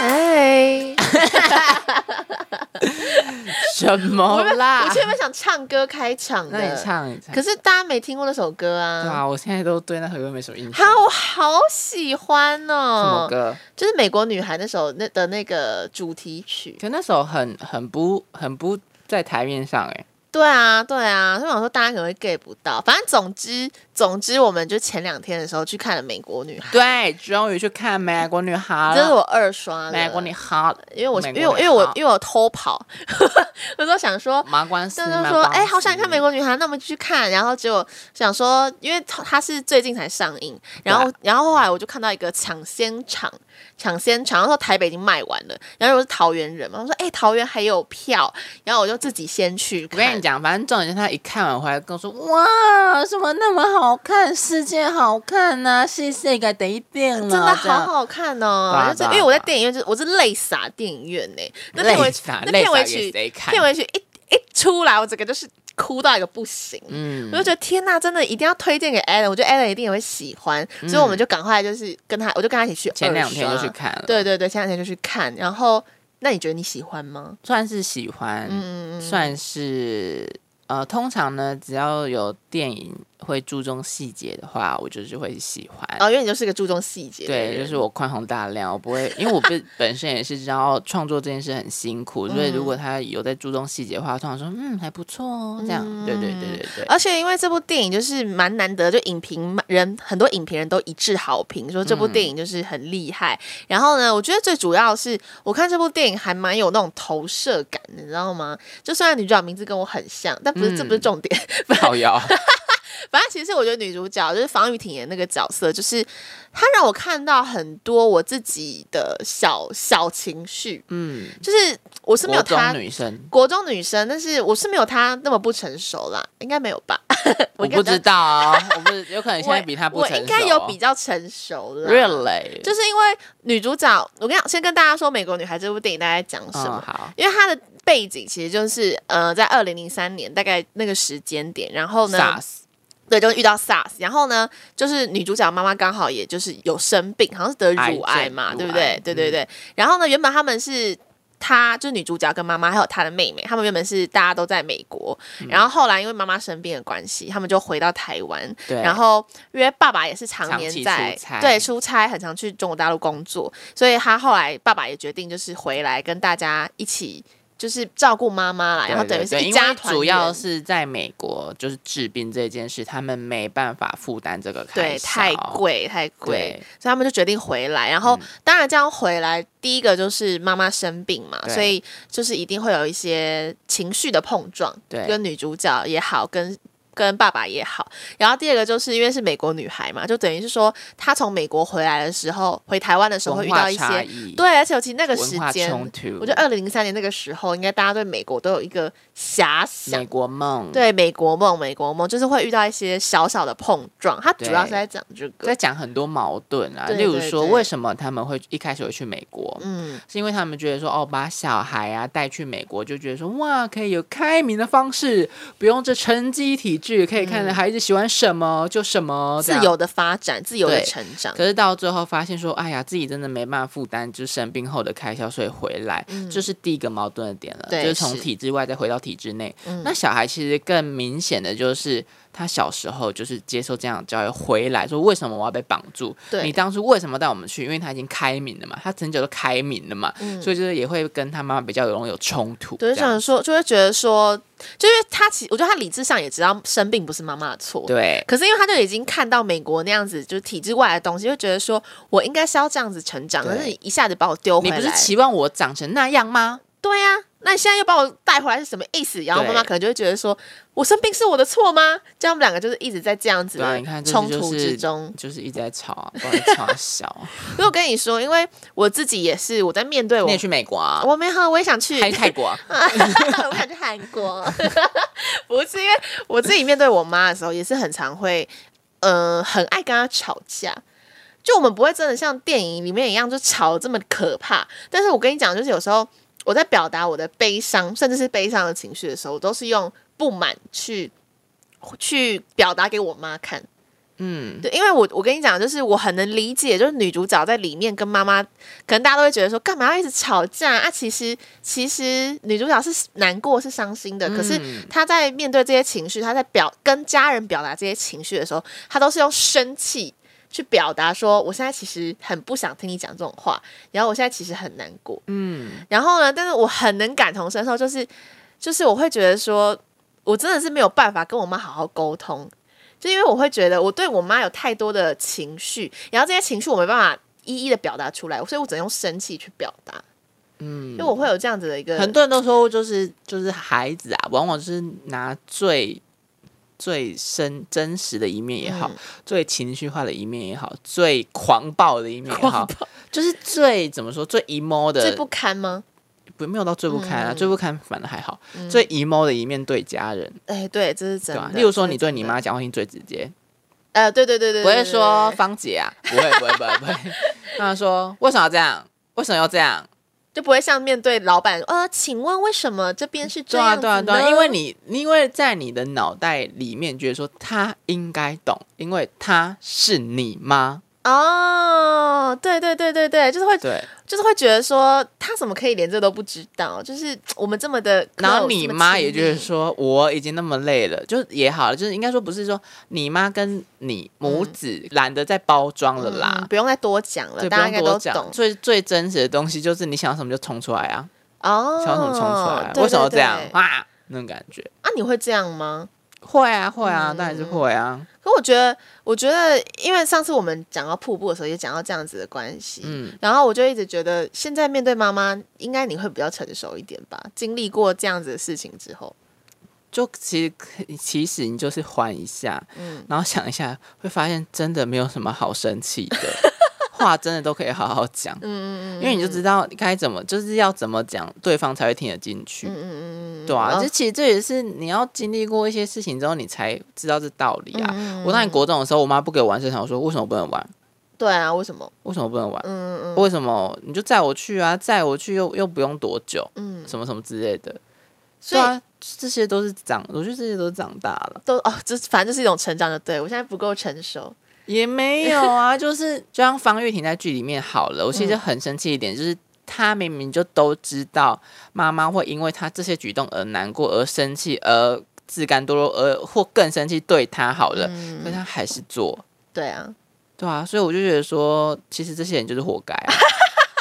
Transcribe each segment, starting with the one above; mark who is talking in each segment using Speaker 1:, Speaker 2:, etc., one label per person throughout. Speaker 1: 哎，
Speaker 2: 什么
Speaker 1: 我原
Speaker 2: 啦
Speaker 1: 本我？原本想唱歌开场的，
Speaker 2: 那你。唱一唱。
Speaker 1: 可是大家没听过那首歌
Speaker 2: 对
Speaker 1: 啊，
Speaker 2: 啊，我现在都对那首歌没什么印
Speaker 1: 哈
Speaker 2: 象。，
Speaker 1: 我好喜欢
Speaker 2: 什么
Speaker 1: 哦，
Speaker 2: 歌？
Speaker 1: 就是美国女孩那首那的那个主题曲。
Speaker 2: 可那首很很不很不在台面上哎、
Speaker 1: 对啊，对啊，所以我想说大家可能会 get 不到。反正总之，总之，我们就前两天的时候去看了《美国女孩》，
Speaker 2: 对，终于去看《美国女孩》
Speaker 1: 这是
Speaker 2: 了，
Speaker 1: 我二刷的。
Speaker 2: 《美国女孩》
Speaker 1: 因为我
Speaker 2: 美
Speaker 1: 因为
Speaker 2: 国
Speaker 1: 我
Speaker 2: 女
Speaker 1: 因为我
Speaker 2: 孩
Speaker 1: 因为我偷跑， 我都想说，
Speaker 2: 麻官司
Speaker 1: 大
Speaker 2: 麻
Speaker 1: 家
Speaker 2: 官
Speaker 1: 说
Speaker 2: 司。
Speaker 1: 哎、好想看《美国女孩》，那我们就去看。然后结果想说，因为它它是最近才上映，然后然后后来我就看到一个抢先场，抢先场，然后台北已经卖完了，然后我是桃园人嘛，我说哎、桃园还有票，然后我就自己先去
Speaker 2: 我
Speaker 1: 看。
Speaker 2: 跟你讲，反正重点是他一看完回来跟我说：“哇，什么那么好看，世界好看呐、啊，谢谢个得一遍了，
Speaker 1: 真的
Speaker 2: 这样
Speaker 1: 好好看哦！
Speaker 2: 吧
Speaker 1: 就是
Speaker 2: 吧
Speaker 1: 因为我在电影院，就是我是泪洒电影院呢、那片尾
Speaker 2: 累
Speaker 1: 曲
Speaker 2: 死啊，
Speaker 1: 那
Speaker 2: 累
Speaker 1: 片
Speaker 2: 死啊
Speaker 1: 尾
Speaker 2: 给
Speaker 1: 曲，
Speaker 2: 谁看
Speaker 1: 片？尾曲一一出来，我整个就是哭到一个不行。
Speaker 2: 嗯
Speaker 1: 我，就觉得天呐，真的一定要推荐给 Alan，我觉得 Alan 一定也会喜欢，所以我们就赶快就是跟他，我就跟他一起去。
Speaker 2: 嗯前两天就去，看了，
Speaker 1: 对对对，前两天就去看。然后，那你觉得你喜欢吗？
Speaker 2: 算是喜欢，
Speaker 1: 嗯嗯嗯，
Speaker 2: 算是呃，通常呢，只要有电影会注重细节的话，我就是会喜欢。
Speaker 1: 哦，因为你就是个注重细节的人，
Speaker 2: 对，就是我宽宏大量，我不会，因为我 本本身也是知道创作这件事很辛苦，所以如
Speaker 1: 嗯
Speaker 2: 果他有在注重细节的话，通常说嗯还不错哦，这样，
Speaker 1: 嗯
Speaker 2: 对对对对对，
Speaker 1: 而且因为这部电影就是蛮难得，就影评人很多影评人都一致好评，说这部电
Speaker 2: 嗯
Speaker 1: 影就是很厉害。然后呢，我觉得最主要是我看这部电影还蛮有那种投射感的，你知道吗？就虽然女主角名字跟我很像，但不是、这
Speaker 2: 嗯
Speaker 1: 不是重点，
Speaker 2: 造谣，
Speaker 1: 反正其实我觉得女主角就是房雨婷演那个角色，就是她让我看到很多我自己的小小情绪，
Speaker 2: 嗯，
Speaker 1: 就是我是没有
Speaker 2: 国中
Speaker 1: 她。
Speaker 2: 女生，
Speaker 1: 国中女生，但是我是没有她那么不成熟啦，应该没有吧？
Speaker 2: 我
Speaker 1: 应该
Speaker 2: 不
Speaker 1: 比较
Speaker 2: 知道啊，我不是有可能现
Speaker 1: 我
Speaker 2: 在比他不
Speaker 1: 我
Speaker 2: 成熟，
Speaker 1: 应该有比较成熟了。
Speaker 2: really，
Speaker 1: 就是因为女主角，我跟你讲，先跟大家说《美国女孩》这部电影大概讲什
Speaker 2: 嗯
Speaker 1: 么。
Speaker 2: 好，
Speaker 1: 因为它的背景其实就是，呃，在二零零三年大概那个时间点，然后呢
Speaker 2: SARS
Speaker 1: 对，就遇到 SARS，然后呢，就是女主角妈妈刚好也就是有生病，好像是得乳癌嘛，
Speaker 2: 癌症
Speaker 1: 对不
Speaker 2: 乳癌嗯
Speaker 1: 对？对对对。然后呢，原本他们是她就是女主角跟妈妈还有她的妹妹，他们原本是大家都在美国，
Speaker 2: 嗯
Speaker 1: 然后后来因为妈妈生病的关系，他们就回到台湾。
Speaker 2: 对，
Speaker 1: 然后因为爸爸也是常
Speaker 2: 长
Speaker 1: 年
Speaker 2: 期
Speaker 1: 在
Speaker 2: 出差
Speaker 1: 对出差，很常去中国大陆工作，所以他后来爸爸也决定就是回来跟大家一起。就是照顾妈妈啦，然后
Speaker 2: 对
Speaker 1: 等于
Speaker 2: 对
Speaker 1: 是
Speaker 2: 对
Speaker 1: 一
Speaker 2: 因
Speaker 1: 家
Speaker 2: 为
Speaker 1: 团圆。
Speaker 2: 主要是在美国，就是治病这件事，他们没办法负担这个开
Speaker 1: 对，
Speaker 2: 销，
Speaker 1: 太贵太贵
Speaker 2: 对，嗯
Speaker 1: 所以他们就决定回来。然后，当然这样回来，第一个就是妈妈生病嘛，
Speaker 2: 对
Speaker 1: 所以就是一定会有一些情绪的碰撞，
Speaker 2: 对
Speaker 1: 跟女主角也好，跟。跟爸爸也好，然后第二个就是因为是美国女孩嘛，就等于是说她从美国回来的时候，回台湾的时候会
Speaker 2: 文
Speaker 1: 遇
Speaker 2: 化
Speaker 1: 到一
Speaker 2: 差
Speaker 1: 些
Speaker 2: 异，
Speaker 1: 对，而且尤其那个时
Speaker 2: 文化
Speaker 1: 间，
Speaker 2: 冲突，
Speaker 1: 我觉得二零零三年那个时候，应该大家对美国都有一个遐想
Speaker 2: 美，国梦，，
Speaker 1: 对美国梦，美国梦就是会遇到一些小小的碰撞，它主
Speaker 2: 对
Speaker 1: 要是在讲这个
Speaker 2: 在。讲很多矛盾啊，
Speaker 1: 对
Speaker 2: 例如
Speaker 1: 对
Speaker 2: 说
Speaker 1: 对
Speaker 2: 为什么他们会一开始会去美国，
Speaker 1: 嗯，
Speaker 2: 是因为他们觉得说哦，把小孩啊带去美国，就觉得说哇，可以有开明的方式，不用这成绩体制，可以看着孩子喜欢什么就什么，
Speaker 1: 嗯自
Speaker 2: 这样
Speaker 1: 由的发展，自由的
Speaker 2: 哦啊对
Speaker 1: 成长。
Speaker 2: 可是到最后发现说，哎呀，自己真的没办法负担，就是生病后的开销，所以回来，这是第一个矛盾的点了，就
Speaker 1: 嗯对
Speaker 2: 是从
Speaker 1: 是
Speaker 2: 体制外再回到体制内。
Speaker 1: 嗯
Speaker 2: 那小孩其实更明显的就是。他小时候就是接受这样的教育，回来说为什么我要被绑住？
Speaker 1: 对
Speaker 2: 你当初为什么带我们去？因为他已经开明了嘛，他很久都开明了嘛，所以就是也会跟他妈妈比较容易有冲突。
Speaker 1: 嗯对，
Speaker 2: 这
Speaker 1: 就
Speaker 2: 样
Speaker 1: 想说，就会觉得说，就是他其实，我觉得他理智上也知道生病不是妈妈的错，。
Speaker 2: 对
Speaker 1: 可是因为他就已经看到美国那样子，就是体制外的东西，就觉得说我应该是要这样子成长，
Speaker 2: 对
Speaker 1: 可是你一下子把我丢回
Speaker 2: 你
Speaker 1: 来，
Speaker 2: 不是期望我长成那样吗？
Speaker 1: 对呀、那你现在又把我带回来是什么意思？然后
Speaker 2: 对
Speaker 1: 妈妈可能就会觉得说，我生病是我的错吗？这样我们两个就是一直在这样子
Speaker 2: 对啊，你看
Speaker 1: 的
Speaker 2: 这
Speaker 1: 冲
Speaker 2: 就
Speaker 1: 突
Speaker 2: 是
Speaker 1: 之中。
Speaker 2: 就是一直在吵啊，不知道 在吵啊小。
Speaker 1: 因为我跟你说，因为我自己也是我在面对我
Speaker 2: 你也去美国啊？
Speaker 1: 我没有，我也想去
Speaker 2: 还泰国啊？
Speaker 1: 我想去韩国， 不是因为我自己面对我妈的时候，也是很常会，呃，很爱跟她吵架。就我们不会真的像电影里面一样就吵得这么可怕，但是我跟你讲，就是有时候我在表达我的悲伤，甚至是悲伤的情绪的时候，我都是用不满去去表达给我妈看。
Speaker 2: 嗯，
Speaker 1: 对，因为我我跟你讲，就是我很能理解，就是女主角在里面跟妈妈，可能大家都会觉得说，干嘛要一直吵架啊？其实其实女主角是难过是伤心的，可是
Speaker 2: 嗯
Speaker 1: 她在面对这些情绪，她在表跟家人表达这些情绪的时候，她都是用生气。去表达说，我现在其实很不想听你讲这种话，然后我现在其实很难过，
Speaker 2: 嗯，
Speaker 1: 然后呢，但是我很能感同身受，就是就是我会觉得说，我真的是没有办法跟我妈好好沟通，就因为我会觉得我对我妈有太多的情绪，然后这些情绪我没办法一一的表达出来，所以我只能用生气去表达。嗯，就我会有这样子的一个
Speaker 2: 很多人都说就是就是孩子啊，往往就是拿最最深真实的一面也好，
Speaker 1: 嗯
Speaker 2: 最情绪化的一面也好，最狂暴的一面也好
Speaker 1: 狂，
Speaker 2: 就是最怎么说最 emo 的，
Speaker 1: 最不堪吗？
Speaker 2: 不没有到最不堪啊，
Speaker 1: 嗯
Speaker 2: 最不堪反而还好，最 emo 的一面对家人，
Speaker 1: 哎，对，这是真的。
Speaker 2: 对吧？例如说
Speaker 1: 这是
Speaker 2: 你对你
Speaker 1: 真的，
Speaker 2: 妈讲话，你最直接，
Speaker 1: 呃，对对对对，
Speaker 2: 不会
Speaker 1: 对
Speaker 2: 说
Speaker 1: 对对
Speaker 2: 芳姐啊，不会不会不会不会， 他说为什么要这样？为什么要这样？
Speaker 1: 就不会像面对老板，呃，请问为什么这边是这
Speaker 2: 对
Speaker 1: 样
Speaker 2: 啊
Speaker 1: 子
Speaker 2: 对啊对啊，
Speaker 1: 呢
Speaker 2: 因为你因为在你的脑袋里面觉得说他应该懂，因为他是你妈，
Speaker 1: 哦，对对对对对，就是会
Speaker 2: 对，
Speaker 1: 就是会觉得说他怎么可以连这都不知道？就是我们这么的 close，这么亲密，
Speaker 2: 然后你妈也就是说我已经那么累了，就是也好了，就是应该说不是说你妈跟你母子懒得再包装了啦。
Speaker 1: 嗯嗯不用再多讲了，
Speaker 2: 对，
Speaker 1: 大家
Speaker 2: 不
Speaker 1: 应该
Speaker 2: 用多
Speaker 1: 都
Speaker 2: 讲。
Speaker 1: 懂
Speaker 2: 最最真实的东西就是你想要什么就冲出来啊，
Speaker 1: 哦。
Speaker 2: 想要什么冲出来啊，
Speaker 1: 对
Speaker 2: 为什么要这样
Speaker 1: 对对
Speaker 2: 啊？那种感觉。
Speaker 1: 啊，你会这样吗？
Speaker 2: 会啊，会啊，
Speaker 1: 嗯
Speaker 2: 当然是会啊。
Speaker 1: 可我觉得，我觉得，因为上次我们讲到瀑布的时候，也讲到这样子的关系，
Speaker 2: 嗯，
Speaker 1: 然后我就一直觉得，现在面对妈妈，应该你会比较成熟一点吧？经历过这样子的事情之后，
Speaker 2: 就其实其实你就是缓一下，
Speaker 1: 嗯，
Speaker 2: 然后想一下，会发现真的没有什么好生气 的，话真的都可以好好讲。嗯嗯嗯，因为你就知道该怎么，就是要怎么讲，对方才会听得进去。嗯嗯嗯，对啊，
Speaker 1: 哦
Speaker 2: 这其实这也是你要经历过一些事情之后，你才知道这道理啊。我当年国中的时候，我妈不给我玩射场，我说为什么不能玩？
Speaker 1: 对啊，为什么？
Speaker 2: 为什么不能玩？
Speaker 1: 嗯嗯
Speaker 2: 为什么你就载我去啊？载我去又又不用多久，
Speaker 1: 嗯，
Speaker 2: 什么什么之类的。
Speaker 1: 所
Speaker 2: 对
Speaker 1: 以、
Speaker 2: 啊，这些都是长，我觉得这些都是长大了。
Speaker 1: 都哦，这反正就是一种成长，就对我现在不够成熟，
Speaker 2: 也没有啊， 就是就像方玉婷在剧里面好了，我其
Speaker 1: 嗯
Speaker 2: 实很生气一点，就是她明明就都知道妈妈会因为她这些举动而难过、而生气、而自甘堕落、而或更生气对她好了，
Speaker 1: 嗯
Speaker 2: 可她还是做，
Speaker 1: 对啊，
Speaker 2: 对啊，所以我就觉得说，其实这些人就是活该 啊、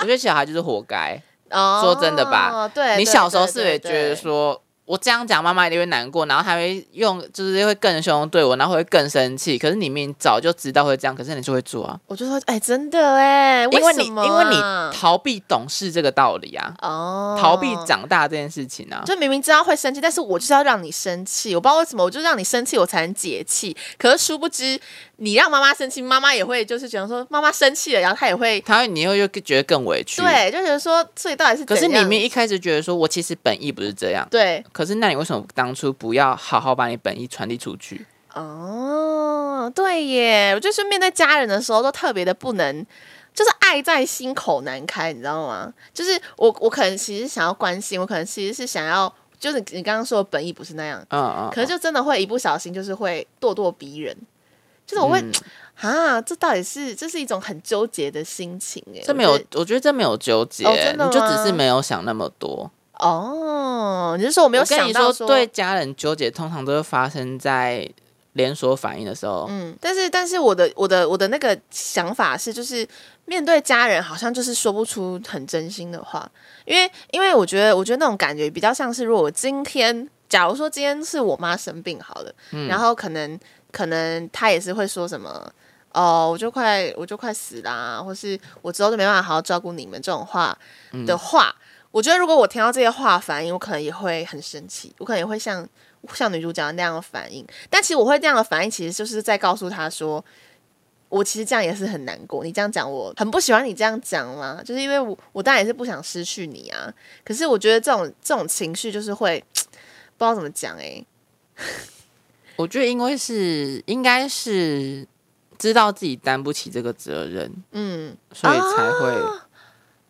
Speaker 2: 我觉得小孩就是活该。
Speaker 1: 哦，
Speaker 2: 说真的吧，
Speaker 1: 对，对
Speaker 2: 你小时候
Speaker 1: 对
Speaker 2: 是不是也
Speaker 1: 对
Speaker 2: 觉
Speaker 1: 对
Speaker 2: 得说，我这样讲妈妈一定会难过，然后还会用就是会更凶对我，然后会更生气。可是你明明早就知道会这样，可是你就会做啊。
Speaker 1: 我就说，哎，真的哎，
Speaker 2: 因为你
Speaker 1: 什么啊
Speaker 2: 因为你逃避懂事这个道理啊，
Speaker 1: 哦，
Speaker 2: 逃避，长大这件事情啊，
Speaker 1: 就明明知道会生气，但是我就是要让你生气，我不知道为什么，我就让你生气，我才能解气。可是殊不知，你让妈妈生气，妈妈也会就是觉得说，妈妈生气了，然后她也会
Speaker 2: 他会你会又觉得更委屈。，
Speaker 1: 对，就觉得说，所以到底是
Speaker 2: 可是
Speaker 1: 怎
Speaker 2: 你
Speaker 1: 样
Speaker 2: 明一开始觉得说我其实本意不是这样，
Speaker 1: 对
Speaker 2: 可是那你为什么当初不要好好把你本意传递出去？
Speaker 1: 哦，对耶，我就是面对家人的时候都特别的不能，就是爱在心口难开，你知道吗？就是我我可能其实想要关心，我可能其实是想要，就是你刚刚说的本意不是那样，
Speaker 2: 嗯嗯，
Speaker 1: 可是就真的会一不小心就是会咄咄逼人，就是我会、
Speaker 2: 嗯
Speaker 1: 啊，这到底是这是一种很纠结的心情哎，
Speaker 2: 这
Speaker 1: 我
Speaker 2: 没有
Speaker 1: 觉得，
Speaker 2: 我觉得这没有纠结，
Speaker 1: 哦真的
Speaker 2: 你就只
Speaker 1: 吗
Speaker 2: 是没有想那么多。
Speaker 1: 哦，你是说我没有
Speaker 2: 我跟
Speaker 1: 想
Speaker 2: 你
Speaker 1: 到
Speaker 2: 说，对家人纠结通常都会发生在连锁反应的时候。
Speaker 1: 嗯，但是但是我的我的我的那个想法是，就是面对家人，好像就是说不出很真心的话，因为因为我觉得我觉得那种感觉比较像是，如果我今天假如说今天是我妈生病好了，然后可能可能她也是会说什么。哦，我就快我就快死啦、或是我之后就没办法好好照顾你们这种话的话，我觉得如果我听到这些话反应，我可能也会很生气，我可能也会像像女主角那样的反应。但其实我会这样的反应，其实就是在告诉他说，我其实这样也是很难过。你这样讲，我很不喜欢你这样讲啦，就是因为我我当然也是不想失去你啊。可是我觉得这种这种情绪就是会不知道怎么讲哎、
Speaker 2: 我觉得因为是应该是知道自己担不起这个责任，
Speaker 1: 嗯，
Speaker 2: 所以才会、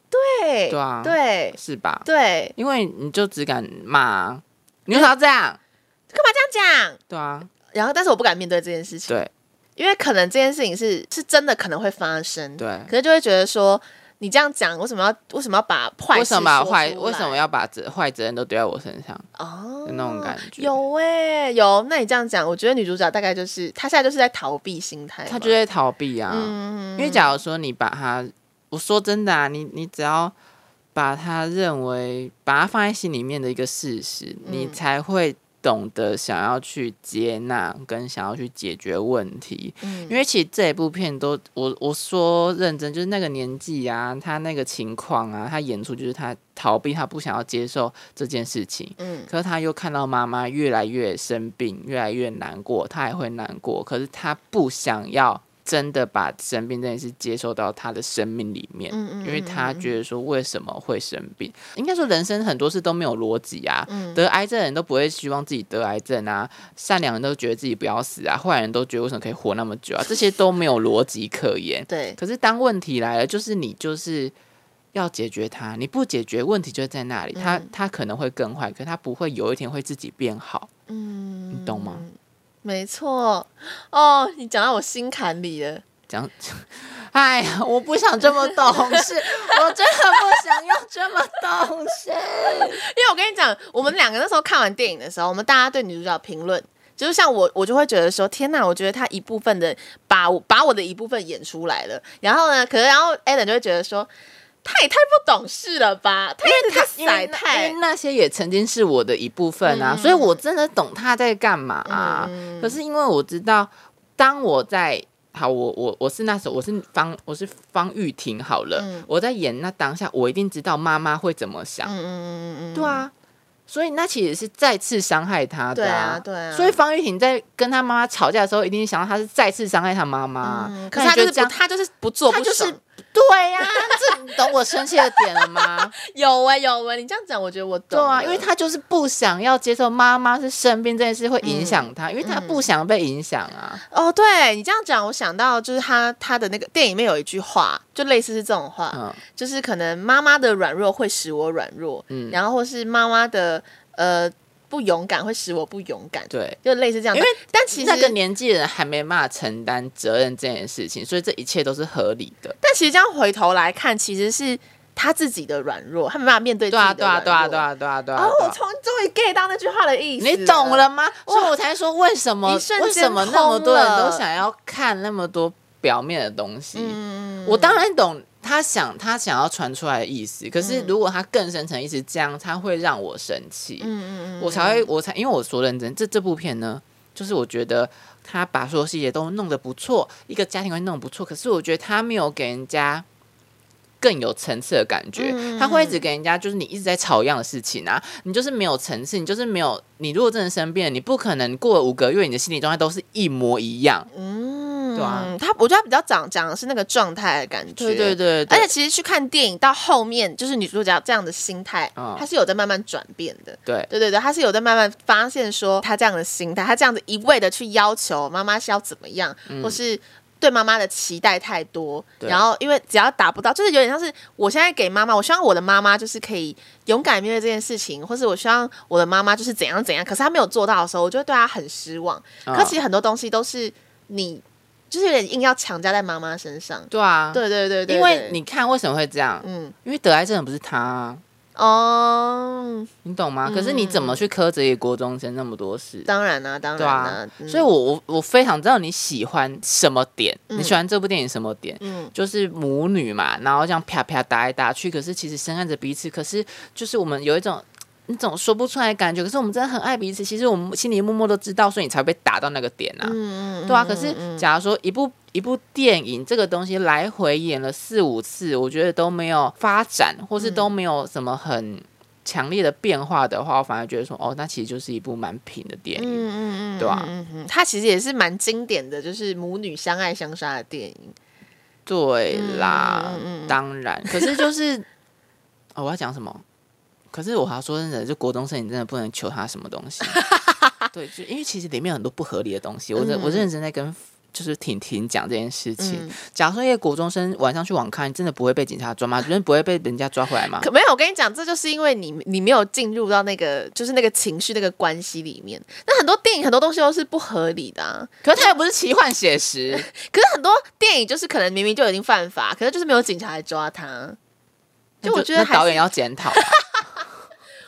Speaker 1: 对
Speaker 2: 对啊
Speaker 1: 对
Speaker 2: 是吧？
Speaker 1: 对，
Speaker 2: 因为你就只敢骂，你为啥要这样？
Speaker 1: 干嘛这样讲？
Speaker 2: 对啊，
Speaker 1: 然后，但是我不敢面对这件事情，
Speaker 2: 对
Speaker 1: 因为可能这件事情是是真的可能会发生，
Speaker 2: 对。
Speaker 1: 可是就会觉得说你这样讲，为什么要为什么要把坏
Speaker 2: 为
Speaker 1: 事
Speaker 2: 什么把
Speaker 1: 说
Speaker 2: 坏
Speaker 1: 出
Speaker 2: 为什么
Speaker 1: 来
Speaker 2: 要把责坏责任都丢在我身上？
Speaker 1: 哦
Speaker 2: 的那种感觉
Speaker 1: 有哎、有。那你这样讲，我觉得女主角大概就是她现在就是在逃避心态嘛，
Speaker 2: 他就在逃避啊。
Speaker 1: 嗯，嗯
Speaker 2: 因为假如说你把他，我说真的啊，你你只要把他认为把它放在心里面的一个事实，你
Speaker 1: 嗯
Speaker 2: 才会懂得想要去接纳跟想要去解决问题。
Speaker 1: 嗯
Speaker 2: 因为其实这一部片都，我我说认真，就是那个年纪啊，他那个情况啊，他演出就是他逃避，他不想要接受这件事情。
Speaker 1: 嗯
Speaker 2: 可是他又看到妈妈越来越生病，越来越难过，他也会难过。可是他不想要真的把生病这件事接受到他的生命里面，
Speaker 1: 嗯嗯
Speaker 2: 因为他觉得说为什么会生病？应该说人生很多事都没有逻辑啊。
Speaker 1: 嗯
Speaker 2: 得癌症的人都不会希望自己得癌症啊，善良人都觉得自己不要死啊，坏人都觉得为什么可以活那么久啊？这些都没有逻辑可言。
Speaker 1: 对，
Speaker 2: 可是当问题来了，就是你就是要解决它，你不解决问题就在那里，它
Speaker 1: 嗯
Speaker 2: 它可能会更坏，可它不会有一天会自己变好，
Speaker 1: 嗯，
Speaker 2: 你懂吗？
Speaker 1: 没错，哦，你讲到我心坎里了。
Speaker 2: 这样， 哎呀，我不想这么懂事，我真的不想要这么懂事。
Speaker 1: 因为我跟你讲，我们两个那时候看完电影的时候，我们大家对女主角评论，就是像我，我就会觉得说，天哪，我觉得她一部分的把我把我的一部分演出来了。然后呢，可是然后 a l n 就会觉得说，她也太不懂事了吧，她也太晒
Speaker 2: 因为那因
Speaker 1: 太
Speaker 2: 为。那些也曾经是我的一部分啊，所以我真的懂他在干嘛啊。
Speaker 1: 嗯
Speaker 2: 可是因为我知道，当我在好，我我我是那时候我是方我是方玉婷好了，
Speaker 1: 嗯
Speaker 2: 我在演那当下，我一定知道妈妈会怎么想，
Speaker 1: 嗯嗯嗯嗯嗯，
Speaker 2: 对啊。所以那其实是再次伤害她的、
Speaker 1: 对啊对啊
Speaker 2: 所以方玉婷在跟她妈妈吵架的时候，一定想到她是再次伤害她妈妈啊、
Speaker 1: 嗯，可
Speaker 2: 那
Speaker 1: 是他就
Speaker 2: 你
Speaker 1: 是
Speaker 2: 这
Speaker 1: 不，
Speaker 2: 样，
Speaker 1: 他就是不做不
Speaker 2: 她就是
Speaker 1: 爽
Speaker 2: 对呀、这你懂我生气的点了吗？
Speaker 1: 有
Speaker 2: 欸
Speaker 1: 哎、有哎、你这样讲，我觉得我懂
Speaker 2: 对
Speaker 1: 了。
Speaker 2: 啊，因为他就是不想要接受妈妈是生病这件事会影响
Speaker 1: 嗯
Speaker 2: 他，因为他不想被影响啊。
Speaker 1: 哦，对你这样讲，我想到就是他他的那个电影里面有一句话，就类似是这种话，
Speaker 2: 嗯
Speaker 1: 就是可能妈妈的软弱会使我软弱，
Speaker 2: 嗯，
Speaker 1: 然后或是妈妈的呃不勇敢会使我不勇敢，
Speaker 2: 对。
Speaker 1: 就类似这样。
Speaker 2: 因为
Speaker 1: 但但其实
Speaker 2: 那个年纪的人还没办法承担责任这件事情，所以这一切都是合理的。
Speaker 1: 但其实这样回头来看，其实是他自己的软弱，他没办法面对自
Speaker 2: 对
Speaker 1: 己
Speaker 2: 啊，
Speaker 1: 的
Speaker 2: 对啊，
Speaker 1: 软弱。
Speaker 2: 对啊，对啊，对啊，对啊。
Speaker 1: 哦，
Speaker 2: 对
Speaker 1: 我
Speaker 2: 啊
Speaker 1: 终终于 get 到那句话的意思，
Speaker 2: 你懂了。吗？所以我才说为什么
Speaker 1: 一瞬间
Speaker 2: 为什么那么多人
Speaker 1: 通了
Speaker 2: 都想要看那么多表面的东西？
Speaker 1: 嗯，
Speaker 2: 我当然懂他想他想要传出来的意思，可是
Speaker 1: 嗯
Speaker 2: 如果他更深层意思这样，他会让我生气。
Speaker 1: 嗯嗯嗯，
Speaker 2: 我才会，我才因为我说认真，这这部片呢，就是我觉得他把所有细节都弄得不错，一个家庭关系弄得不错，可是我觉得他没有给人家更有层次的感觉，
Speaker 1: 嗯
Speaker 2: 他会一直给人家就是你一直在吵一样的事情啊，你就是没有层次，你就是没有，你如果真的生病了，你不可能过了五个月，你的心理状态都是一模一样。
Speaker 1: 嗯，
Speaker 2: 对啊
Speaker 1: 他我觉得他比较讲讲的是那个状态的感觉，
Speaker 2: 对对对
Speaker 1: 而
Speaker 2: 对
Speaker 1: 且其实去看电影到后面，就是女主角这样的心态，
Speaker 2: 嗯
Speaker 1: 她是有在慢慢转变的。
Speaker 2: 对
Speaker 1: 对对对，她是有在慢慢发现说，她这样的心态，她这样子一味的去要求妈妈是要怎么样，或是对妈妈的期待太多，
Speaker 2: 嗯对
Speaker 1: 然后因为只要达不到，就是有点像是我现在给妈妈，我希望我的妈妈就是可以勇敢面对这件事情，或是我希望我的妈妈就是怎样怎样，可是她没有做到的时候，我就会对她很失望。
Speaker 2: 嗯
Speaker 1: 可其实很多东西都是你，就是有点硬要强加在妈妈身上。
Speaker 2: 对啊，
Speaker 1: 对对对对，
Speaker 2: 因为
Speaker 1: 对
Speaker 2: 你看为什么会这样？
Speaker 1: 嗯。
Speaker 2: 因为得癌症的不是他啊、
Speaker 1: 哦，
Speaker 2: 你懂吗？可是你怎
Speaker 1: 嗯
Speaker 2: 么去苛责一个国中生那么多事？
Speaker 1: 当然啦、当
Speaker 2: 对
Speaker 1: 然啦、
Speaker 2: 啊，
Speaker 1: 嗯
Speaker 2: 所以我我我非常知道你喜欢什么点，
Speaker 1: 嗯
Speaker 2: 你喜欢这部电影什么点，
Speaker 1: 嗯
Speaker 2: 就是母女嘛，然后这样啪啪打来打去，可是其实深爱着彼此，可是就是我们有一种。那种说不出来的感觉，可是我们真的很爱彼此。其实我们心里默默都知道，所以你才会被打到那个点啊，
Speaker 1: 嗯嗯，
Speaker 2: 对啊。
Speaker 1: 嗯
Speaker 2: 可是
Speaker 1: 嗯
Speaker 2: 假如说一部一部电影这个东西来回演了四五次，我觉得都没有发展，或是都没有什么很强烈的变化的话，我反而觉得说，哦，那其实就是一部蛮平的电
Speaker 1: 嗯
Speaker 2: 影。
Speaker 1: 嗯嗯，
Speaker 2: 对啊
Speaker 1: 嗯嗯，它其实也是蛮经典的，就是母女相爱相杀的电影。
Speaker 2: 对啦，
Speaker 1: 嗯嗯嗯
Speaker 2: 当然， 可是就是哦，我要讲什么？可是我还要说真的，就国中生，你真的不 能求他什么东西。对，就因为其实里面有很多不合理的东西，我认、我认真在跟就是婷婷讲这件事情。
Speaker 1: 嗯
Speaker 2: 假如说一个国中生晚上去网咖，你真的不会被警察抓吗？真的不会被人家抓回来吗？
Speaker 1: 可没有，我跟你讲，这就是因为你你没有进入到那个就是那个情绪那个关系里面。那很多电影很多东西都是不合理的、啊，
Speaker 2: 可是他又不是奇幻写实，
Speaker 1: 可是很多电影就是可能明明就已经犯法，可是就是没有警察来抓他。 就我觉得
Speaker 2: 那
Speaker 1: 还
Speaker 2: 导演
Speaker 1: 是，
Speaker 2: 要检 讨。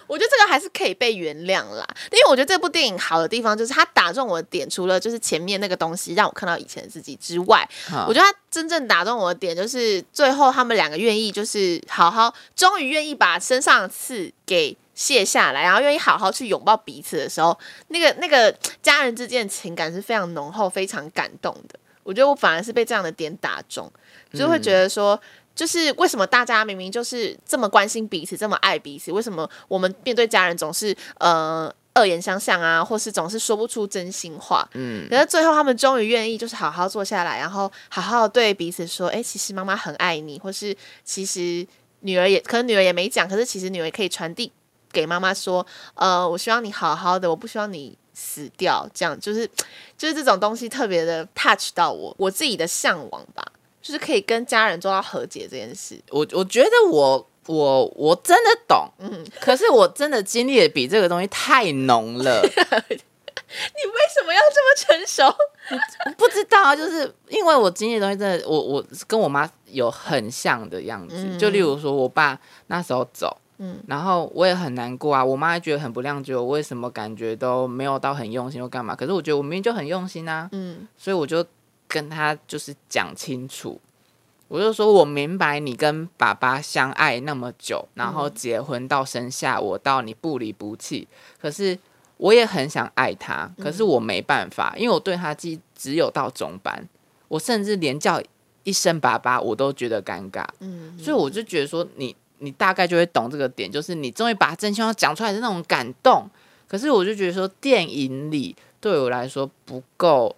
Speaker 1: 我觉得这个还是可以被原谅啦，因为我觉得这部电影好的地方就是它打中我的点，除了就是前面那个东西让我看到以前的自己之外，
Speaker 2: 好
Speaker 1: 我觉得他真正打中我的点就是最后他们两个愿意就是好好，终于愿意把身上的刺给卸下来，然后愿意好好去拥抱彼此的时候，那个那个家人之间的情感是非常浓厚、非常感动的。我觉得我反而是被这样的点打中，就会觉得说。就是为什么大家明明就是这么关心彼此，这么爱彼此，为什么我们面对家人总是呃恶言相向啊，或是总是说不出真心话？
Speaker 2: 嗯，
Speaker 1: 可是最后他们终于愿意，就是好好坐下来，然后好好对彼此说：“哎、其实妈妈很爱你，或是其实女儿也，可能女儿也没讲，可是其实女儿可以传递给妈妈说，呃，我希望你好好的，我不希望你死掉。”这样就是就是这种东西特别的 touch 到我，我自己的向往吧，就是可以跟家人做到和解这件事。
Speaker 2: 我我觉得我我我真的懂，
Speaker 1: 嗯，
Speaker 2: 可是我真的经历的比这个东西太浓了。
Speaker 1: 你为什么要这么成熟？
Speaker 2: 我不知道啊，就是因为我经历的东西真的，我我跟我妈有很像的样子。
Speaker 1: 嗯
Speaker 2: 就例如说，我爸那时候走，
Speaker 1: 嗯
Speaker 2: 然后我也很难过啊，我妈觉得很不谅解我，为什么感觉都没有到很用心又干嘛？可是我觉得我明明就很用心啊，
Speaker 1: 嗯
Speaker 2: 所以我就跟她就是讲清楚。我就说，我明白你跟爸爸相爱那么久，然后结婚到生下我，到你不离不弃。可是我也很想爱他，
Speaker 1: 嗯
Speaker 2: 可是我没办法，因为我对他只只有到中班，我甚至连叫一声爸爸我都觉得尴尬，
Speaker 1: 嗯，
Speaker 2: 所以我就觉得说你，你大概就会懂这个点，就是你终于把真心话讲出来的那种感动。可是我就觉得说，电影里对我来说不够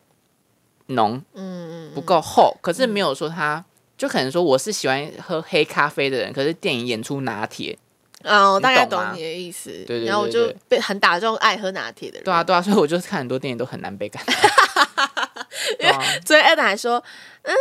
Speaker 2: 浓，
Speaker 1: 嗯嗯
Speaker 2: 不够厚，可是没有说他。就可能说我是喜欢喝黑咖啡的人，可是电影演出拿铁，
Speaker 1: 哦，我大概
Speaker 2: 你懂
Speaker 1: 懂
Speaker 2: 吗
Speaker 1: 你的意思。
Speaker 2: 对对
Speaker 1: 然后我
Speaker 2: 对
Speaker 1: 就
Speaker 2: 对
Speaker 1: 被很打中爱喝拿铁的人。
Speaker 2: 对啊对啊，所以我就看很多电影都很难被感 动。对啊
Speaker 1: 所以 Ed 还说，嗯，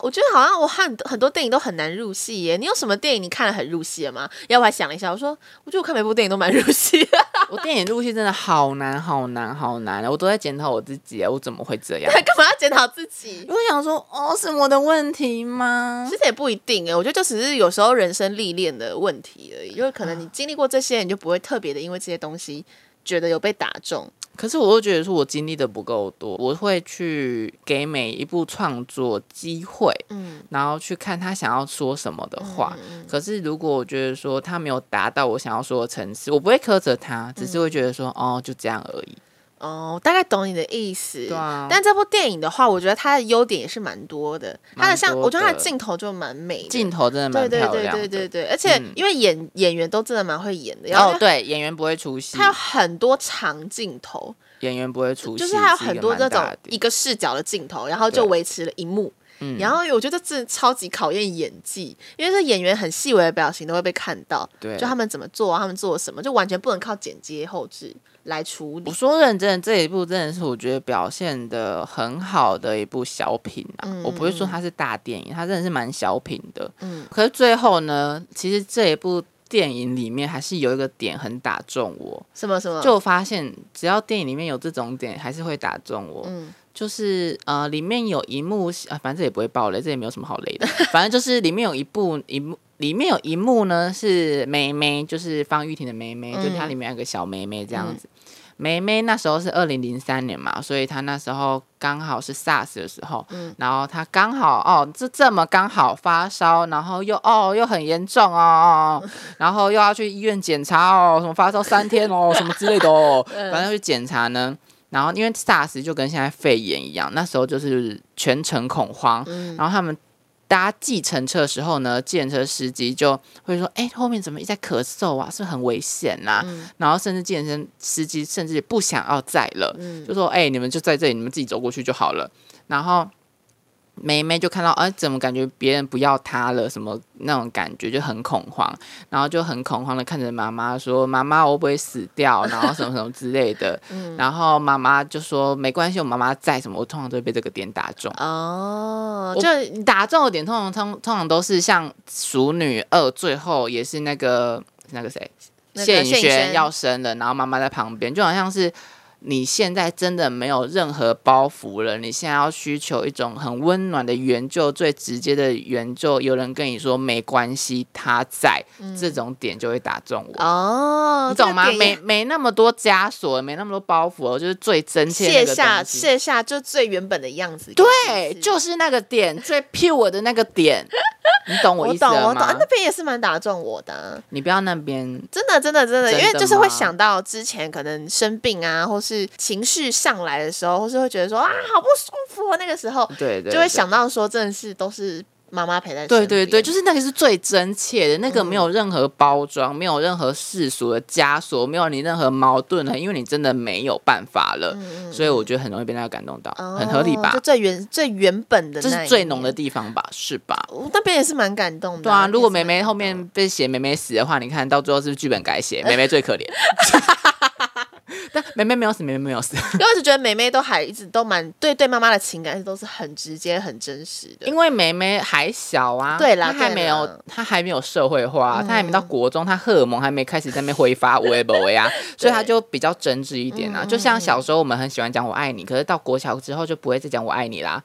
Speaker 1: 我觉得好像我很很多电影都很难入戏耶。你有什么电影你看了很入戏的吗？然后我还想了一下，我说，我觉得我看每部电影都蛮入戏的。
Speaker 2: 我电影入戏真的好难，好难，好难！我都在检讨我自己，啊我怎么会这样？
Speaker 1: 他干嘛要检讨自己？
Speaker 2: 我想说，哦，是我的问题吗
Speaker 1: 其？实也不一定哎，我觉得就只是有时候人生历练的问题而已，就是可能你经历过这些，你就不会特别的因为这些东西觉得有被打中。
Speaker 2: 可是我又觉得说我经历的不够多，我会去给每一部创作机会，
Speaker 1: 嗯，
Speaker 2: 然后去看他想要说什么的话。可是如果我觉得说他没有达到我想要说的层次，我不会苛责他，只是会觉得说，
Speaker 1: 嗯
Speaker 2: 哦，就这样而已。
Speaker 1: 哦，大概懂你的意思。
Speaker 2: 对啊
Speaker 1: 但这部电影的话，我觉得它的优点也是蛮多的。它的像，
Speaker 2: 蛮多的
Speaker 1: 我觉得它的镜头就蛮美的，
Speaker 2: 镜头真的蛮
Speaker 1: 对对
Speaker 2: 漂
Speaker 1: 对
Speaker 2: 亮的。
Speaker 1: 对对对，而且
Speaker 2: 嗯
Speaker 1: 因为演、演员都真的蛮会演的，然后
Speaker 2: 哦，对，演员不会出戏
Speaker 1: 他，有很多长镜头，
Speaker 2: 演员不会出戏，
Speaker 1: 就是他有
Speaker 2: 一
Speaker 1: 很
Speaker 2: 个
Speaker 1: 多
Speaker 2: 蛮
Speaker 1: 这种
Speaker 2: 大的点
Speaker 1: 一个视角的镜头，然后就
Speaker 2: 对
Speaker 1: 维持了一幕。
Speaker 2: 嗯
Speaker 1: 然后我觉得这真的超级考验演技，因为这演员很细微的表情都会被看到，
Speaker 2: 对
Speaker 1: 就他们怎么做啊，他们做了什么，就完全不能靠剪接后置来处
Speaker 2: 我
Speaker 1: 理。
Speaker 2: 说认真的，这一部真的是我觉得表现的很好的一部小品啊。
Speaker 1: 嗯
Speaker 2: 我不是说它是大电影，它真的是蛮小品的。
Speaker 1: 嗯
Speaker 2: 可是最后呢，其实这一部电影里面还是有一个点很打中我，
Speaker 1: 什么什么，
Speaker 2: 就我发现只要电影里面有这种点，还是会打中我。
Speaker 1: 嗯
Speaker 2: 就是呃，里面有一幕是啊，反正这也不会爆雷，这也没有什么好 雷的。反正就是里面有一部一幕，里面有一幕呢是梅梅，就是方玉婷的梅梅，
Speaker 1: 嗯
Speaker 2: 就是它里面有个小梅梅这样子。梅梅那时候是二零零三年嘛，所以她那时候刚好是 SARS 的时候，
Speaker 1: 嗯
Speaker 2: 然后她刚好哦，这这么刚好发烧，然后又哦又很严重哦 哦，哦然后又要去医院检查哦，什么发烧三天哦，什么之类 的哦，反正去检查呢。然后因为 SARS 就跟现在肺炎一样，那时候就是全城恐慌，
Speaker 1: 嗯
Speaker 2: 然后他们搭计程车的时候呢，计程车司机就会说：“哎、后面怎么一直在咳嗽啊？是不是很危险呐、
Speaker 1: 嗯
Speaker 2: 然后甚至计程车司机甚至不想要载了，
Speaker 1: 嗯
Speaker 2: 就说：“哎、你们就在这里，你们自己走过去就好了。”然后梅梅就看到，哎、怎么感觉别人不要她了？什么那种感觉就很恐慌，然后就很恐慌的看着妈妈说：“妈妈，我会不会死掉？”然后什么什么之类的。
Speaker 1: 嗯
Speaker 2: 然后妈妈就说：“没关系，我妈妈在。”什么？我通常都会被这个点打中。
Speaker 1: 哦，
Speaker 2: 我
Speaker 1: 就
Speaker 2: 你打中的点，通常通通常都是像熟女二，最后也是那个那个谁，
Speaker 1: 那个谢
Speaker 2: 谢颖
Speaker 1: 颖轩
Speaker 2: 轩要生了，然后妈妈在旁边，就好像是你现在真的没有任何包袱了，你现在要需求一种很温暖的援救，最直接的援救，有人跟你说没关系，他在、这种点就会打中我。
Speaker 1: 嗯哦，
Speaker 2: 你懂吗？
Speaker 1: 这个点
Speaker 2: 没
Speaker 1: 也
Speaker 2: 没那么多枷锁，没那么多包袱哦，就是最真切那
Speaker 1: 卸
Speaker 2: 个
Speaker 1: 下
Speaker 2: 东西
Speaker 1: 卸下就最原本的样子给自己。
Speaker 2: 对，就是那个点最 pure 的那个点，你懂 我
Speaker 1: 我
Speaker 2: 意思
Speaker 1: 懂
Speaker 2: 了
Speaker 1: 我懂，
Speaker 2: 吗
Speaker 1: 啊？那边也是蛮打中我的啊。
Speaker 2: 你不要那边
Speaker 1: 真的，真的，真的，
Speaker 2: 真的
Speaker 1: 因为就是会
Speaker 2: 吗
Speaker 1: 想到之前可能生病啊，或是情绪上来的时候，或是会觉得说啊，好不舒服啊，那个时候
Speaker 2: 对对，
Speaker 1: 就会
Speaker 2: 对。
Speaker 1: 想到说，真的是都是妈妈陪在身
Speaker 2: 对对对，就是是那个是最真切的，那个没有任何包装，没有任何世俗的枷锁，没有你任何矛盾了，因为你真的没有办法了，所以我觉得很容易被大家感动到，很合理吧
Speaker 1: 嗯哦就？最原最原本的，
Speaker 2: 这是最浓哦的。地方吧，是吧？
Speaker 1: 我那边也是蛮感动的、
Speaker 2: 对啊，如果
Speaker 1: 那
Speaker 2: 梅
Speaker 1: 边
Speaker 2: 梅
Speaker 1: 也是蛮感动的
Speaker 2: 后面被写梅梅死的话，你看到最后是不是剧本改写？梅梅最可怜， 但梅梅没有死，梅梅没有 死，
Speaker 1: 因为我是觉得梅梅都还一直都蛮对对妈妈的情感一直都是很直接、很真实的。
Speaker 2: 因为梅梅还小啊，
Speaker 1: 对啦
Speaker 2: 她还
Speaker 1: 对
Speaker 2: 没
Speaker 1: 啦嗯
Speaker 2: 有，她还没有社会化，啊她还没到国中，她荷尔蒙还没开始在那边挥发，无也不为啊，所以她就比较真挚一点
Speaker 1: 嗯
Speaker 2: 啊。就像小时候我们很喜欢讲我爱你，可是到国小之后就不会再讲我爱你啦，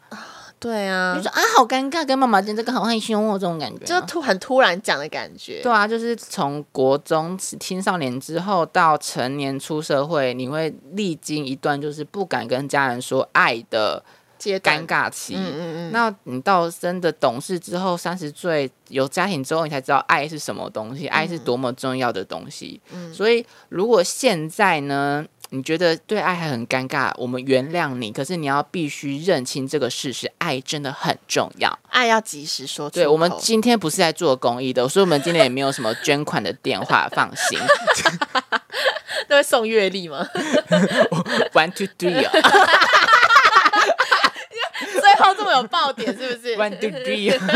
Speaker 1: 对
Speaker 2: 就
Speaker 1: 啊，
Speaker 2: 说啊好尴尬，跟妈妈讲这个好害羞哦，这种感觉
Speaker 1: 就
Speaker 2: 啊。
Speaker 1: 突很突然讲的感觉。
Speaker 2: 对啊，就是从国中青少年之后到成年出社会，你会历经一段就是不敢跟家人说爱的
Speaker 1: 阶段
Speaker 2: 尴，尬期。
Speaker 1: 嗯嗯嗯，
Speaker 2: 那你到真的懂事之后，三十岁有家庭之后，你才知道爱是什么东西，爱是多么重要的东西。所以如果现在呢，你觉得对爱还很尴尬，我们原谅你，可是你要必须认清这个事实，爱真的很重要。
Speaker 1: 爱要及时说出口。
Speaker 2: 对我们今天不是在做公益的，所以我们今天也没有什么捐款的电话，放心。
Speaker 1: 都会送阅历 吗？
Speaker 2: One two three 哦。
Speaker 1: 最后这么有爆点，是不是
Speaker 2: One two three oh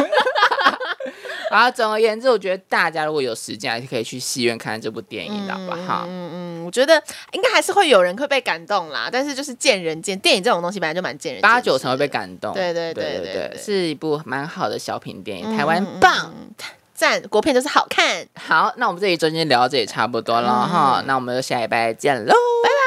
Speaker 2: 好，总而言之，我觉得大家如果有时间，还是可以去戏院看看这部电影的，好不好？
Speaker 1: 嗯，我觉得应该还是会有人会被感动啦，但是就是见仁见，电影这种东西本来就蛮见仁见智的，
Speaker 2: 八九成会被感动。
Speaker 1: 哎对对对对
Speaker 2: 对
Speaker 1: 对
Speaker 2: 是一部蛮好的小品电
Speaker 1: 嗯
Speaker 2: 影，台湾棒。
Speaker 1: 赞，国片就是好看。
Speaker 2: 好，那我们这里中间聊到这里差不多了哈，那我们就下礼拜见喽，拜拜。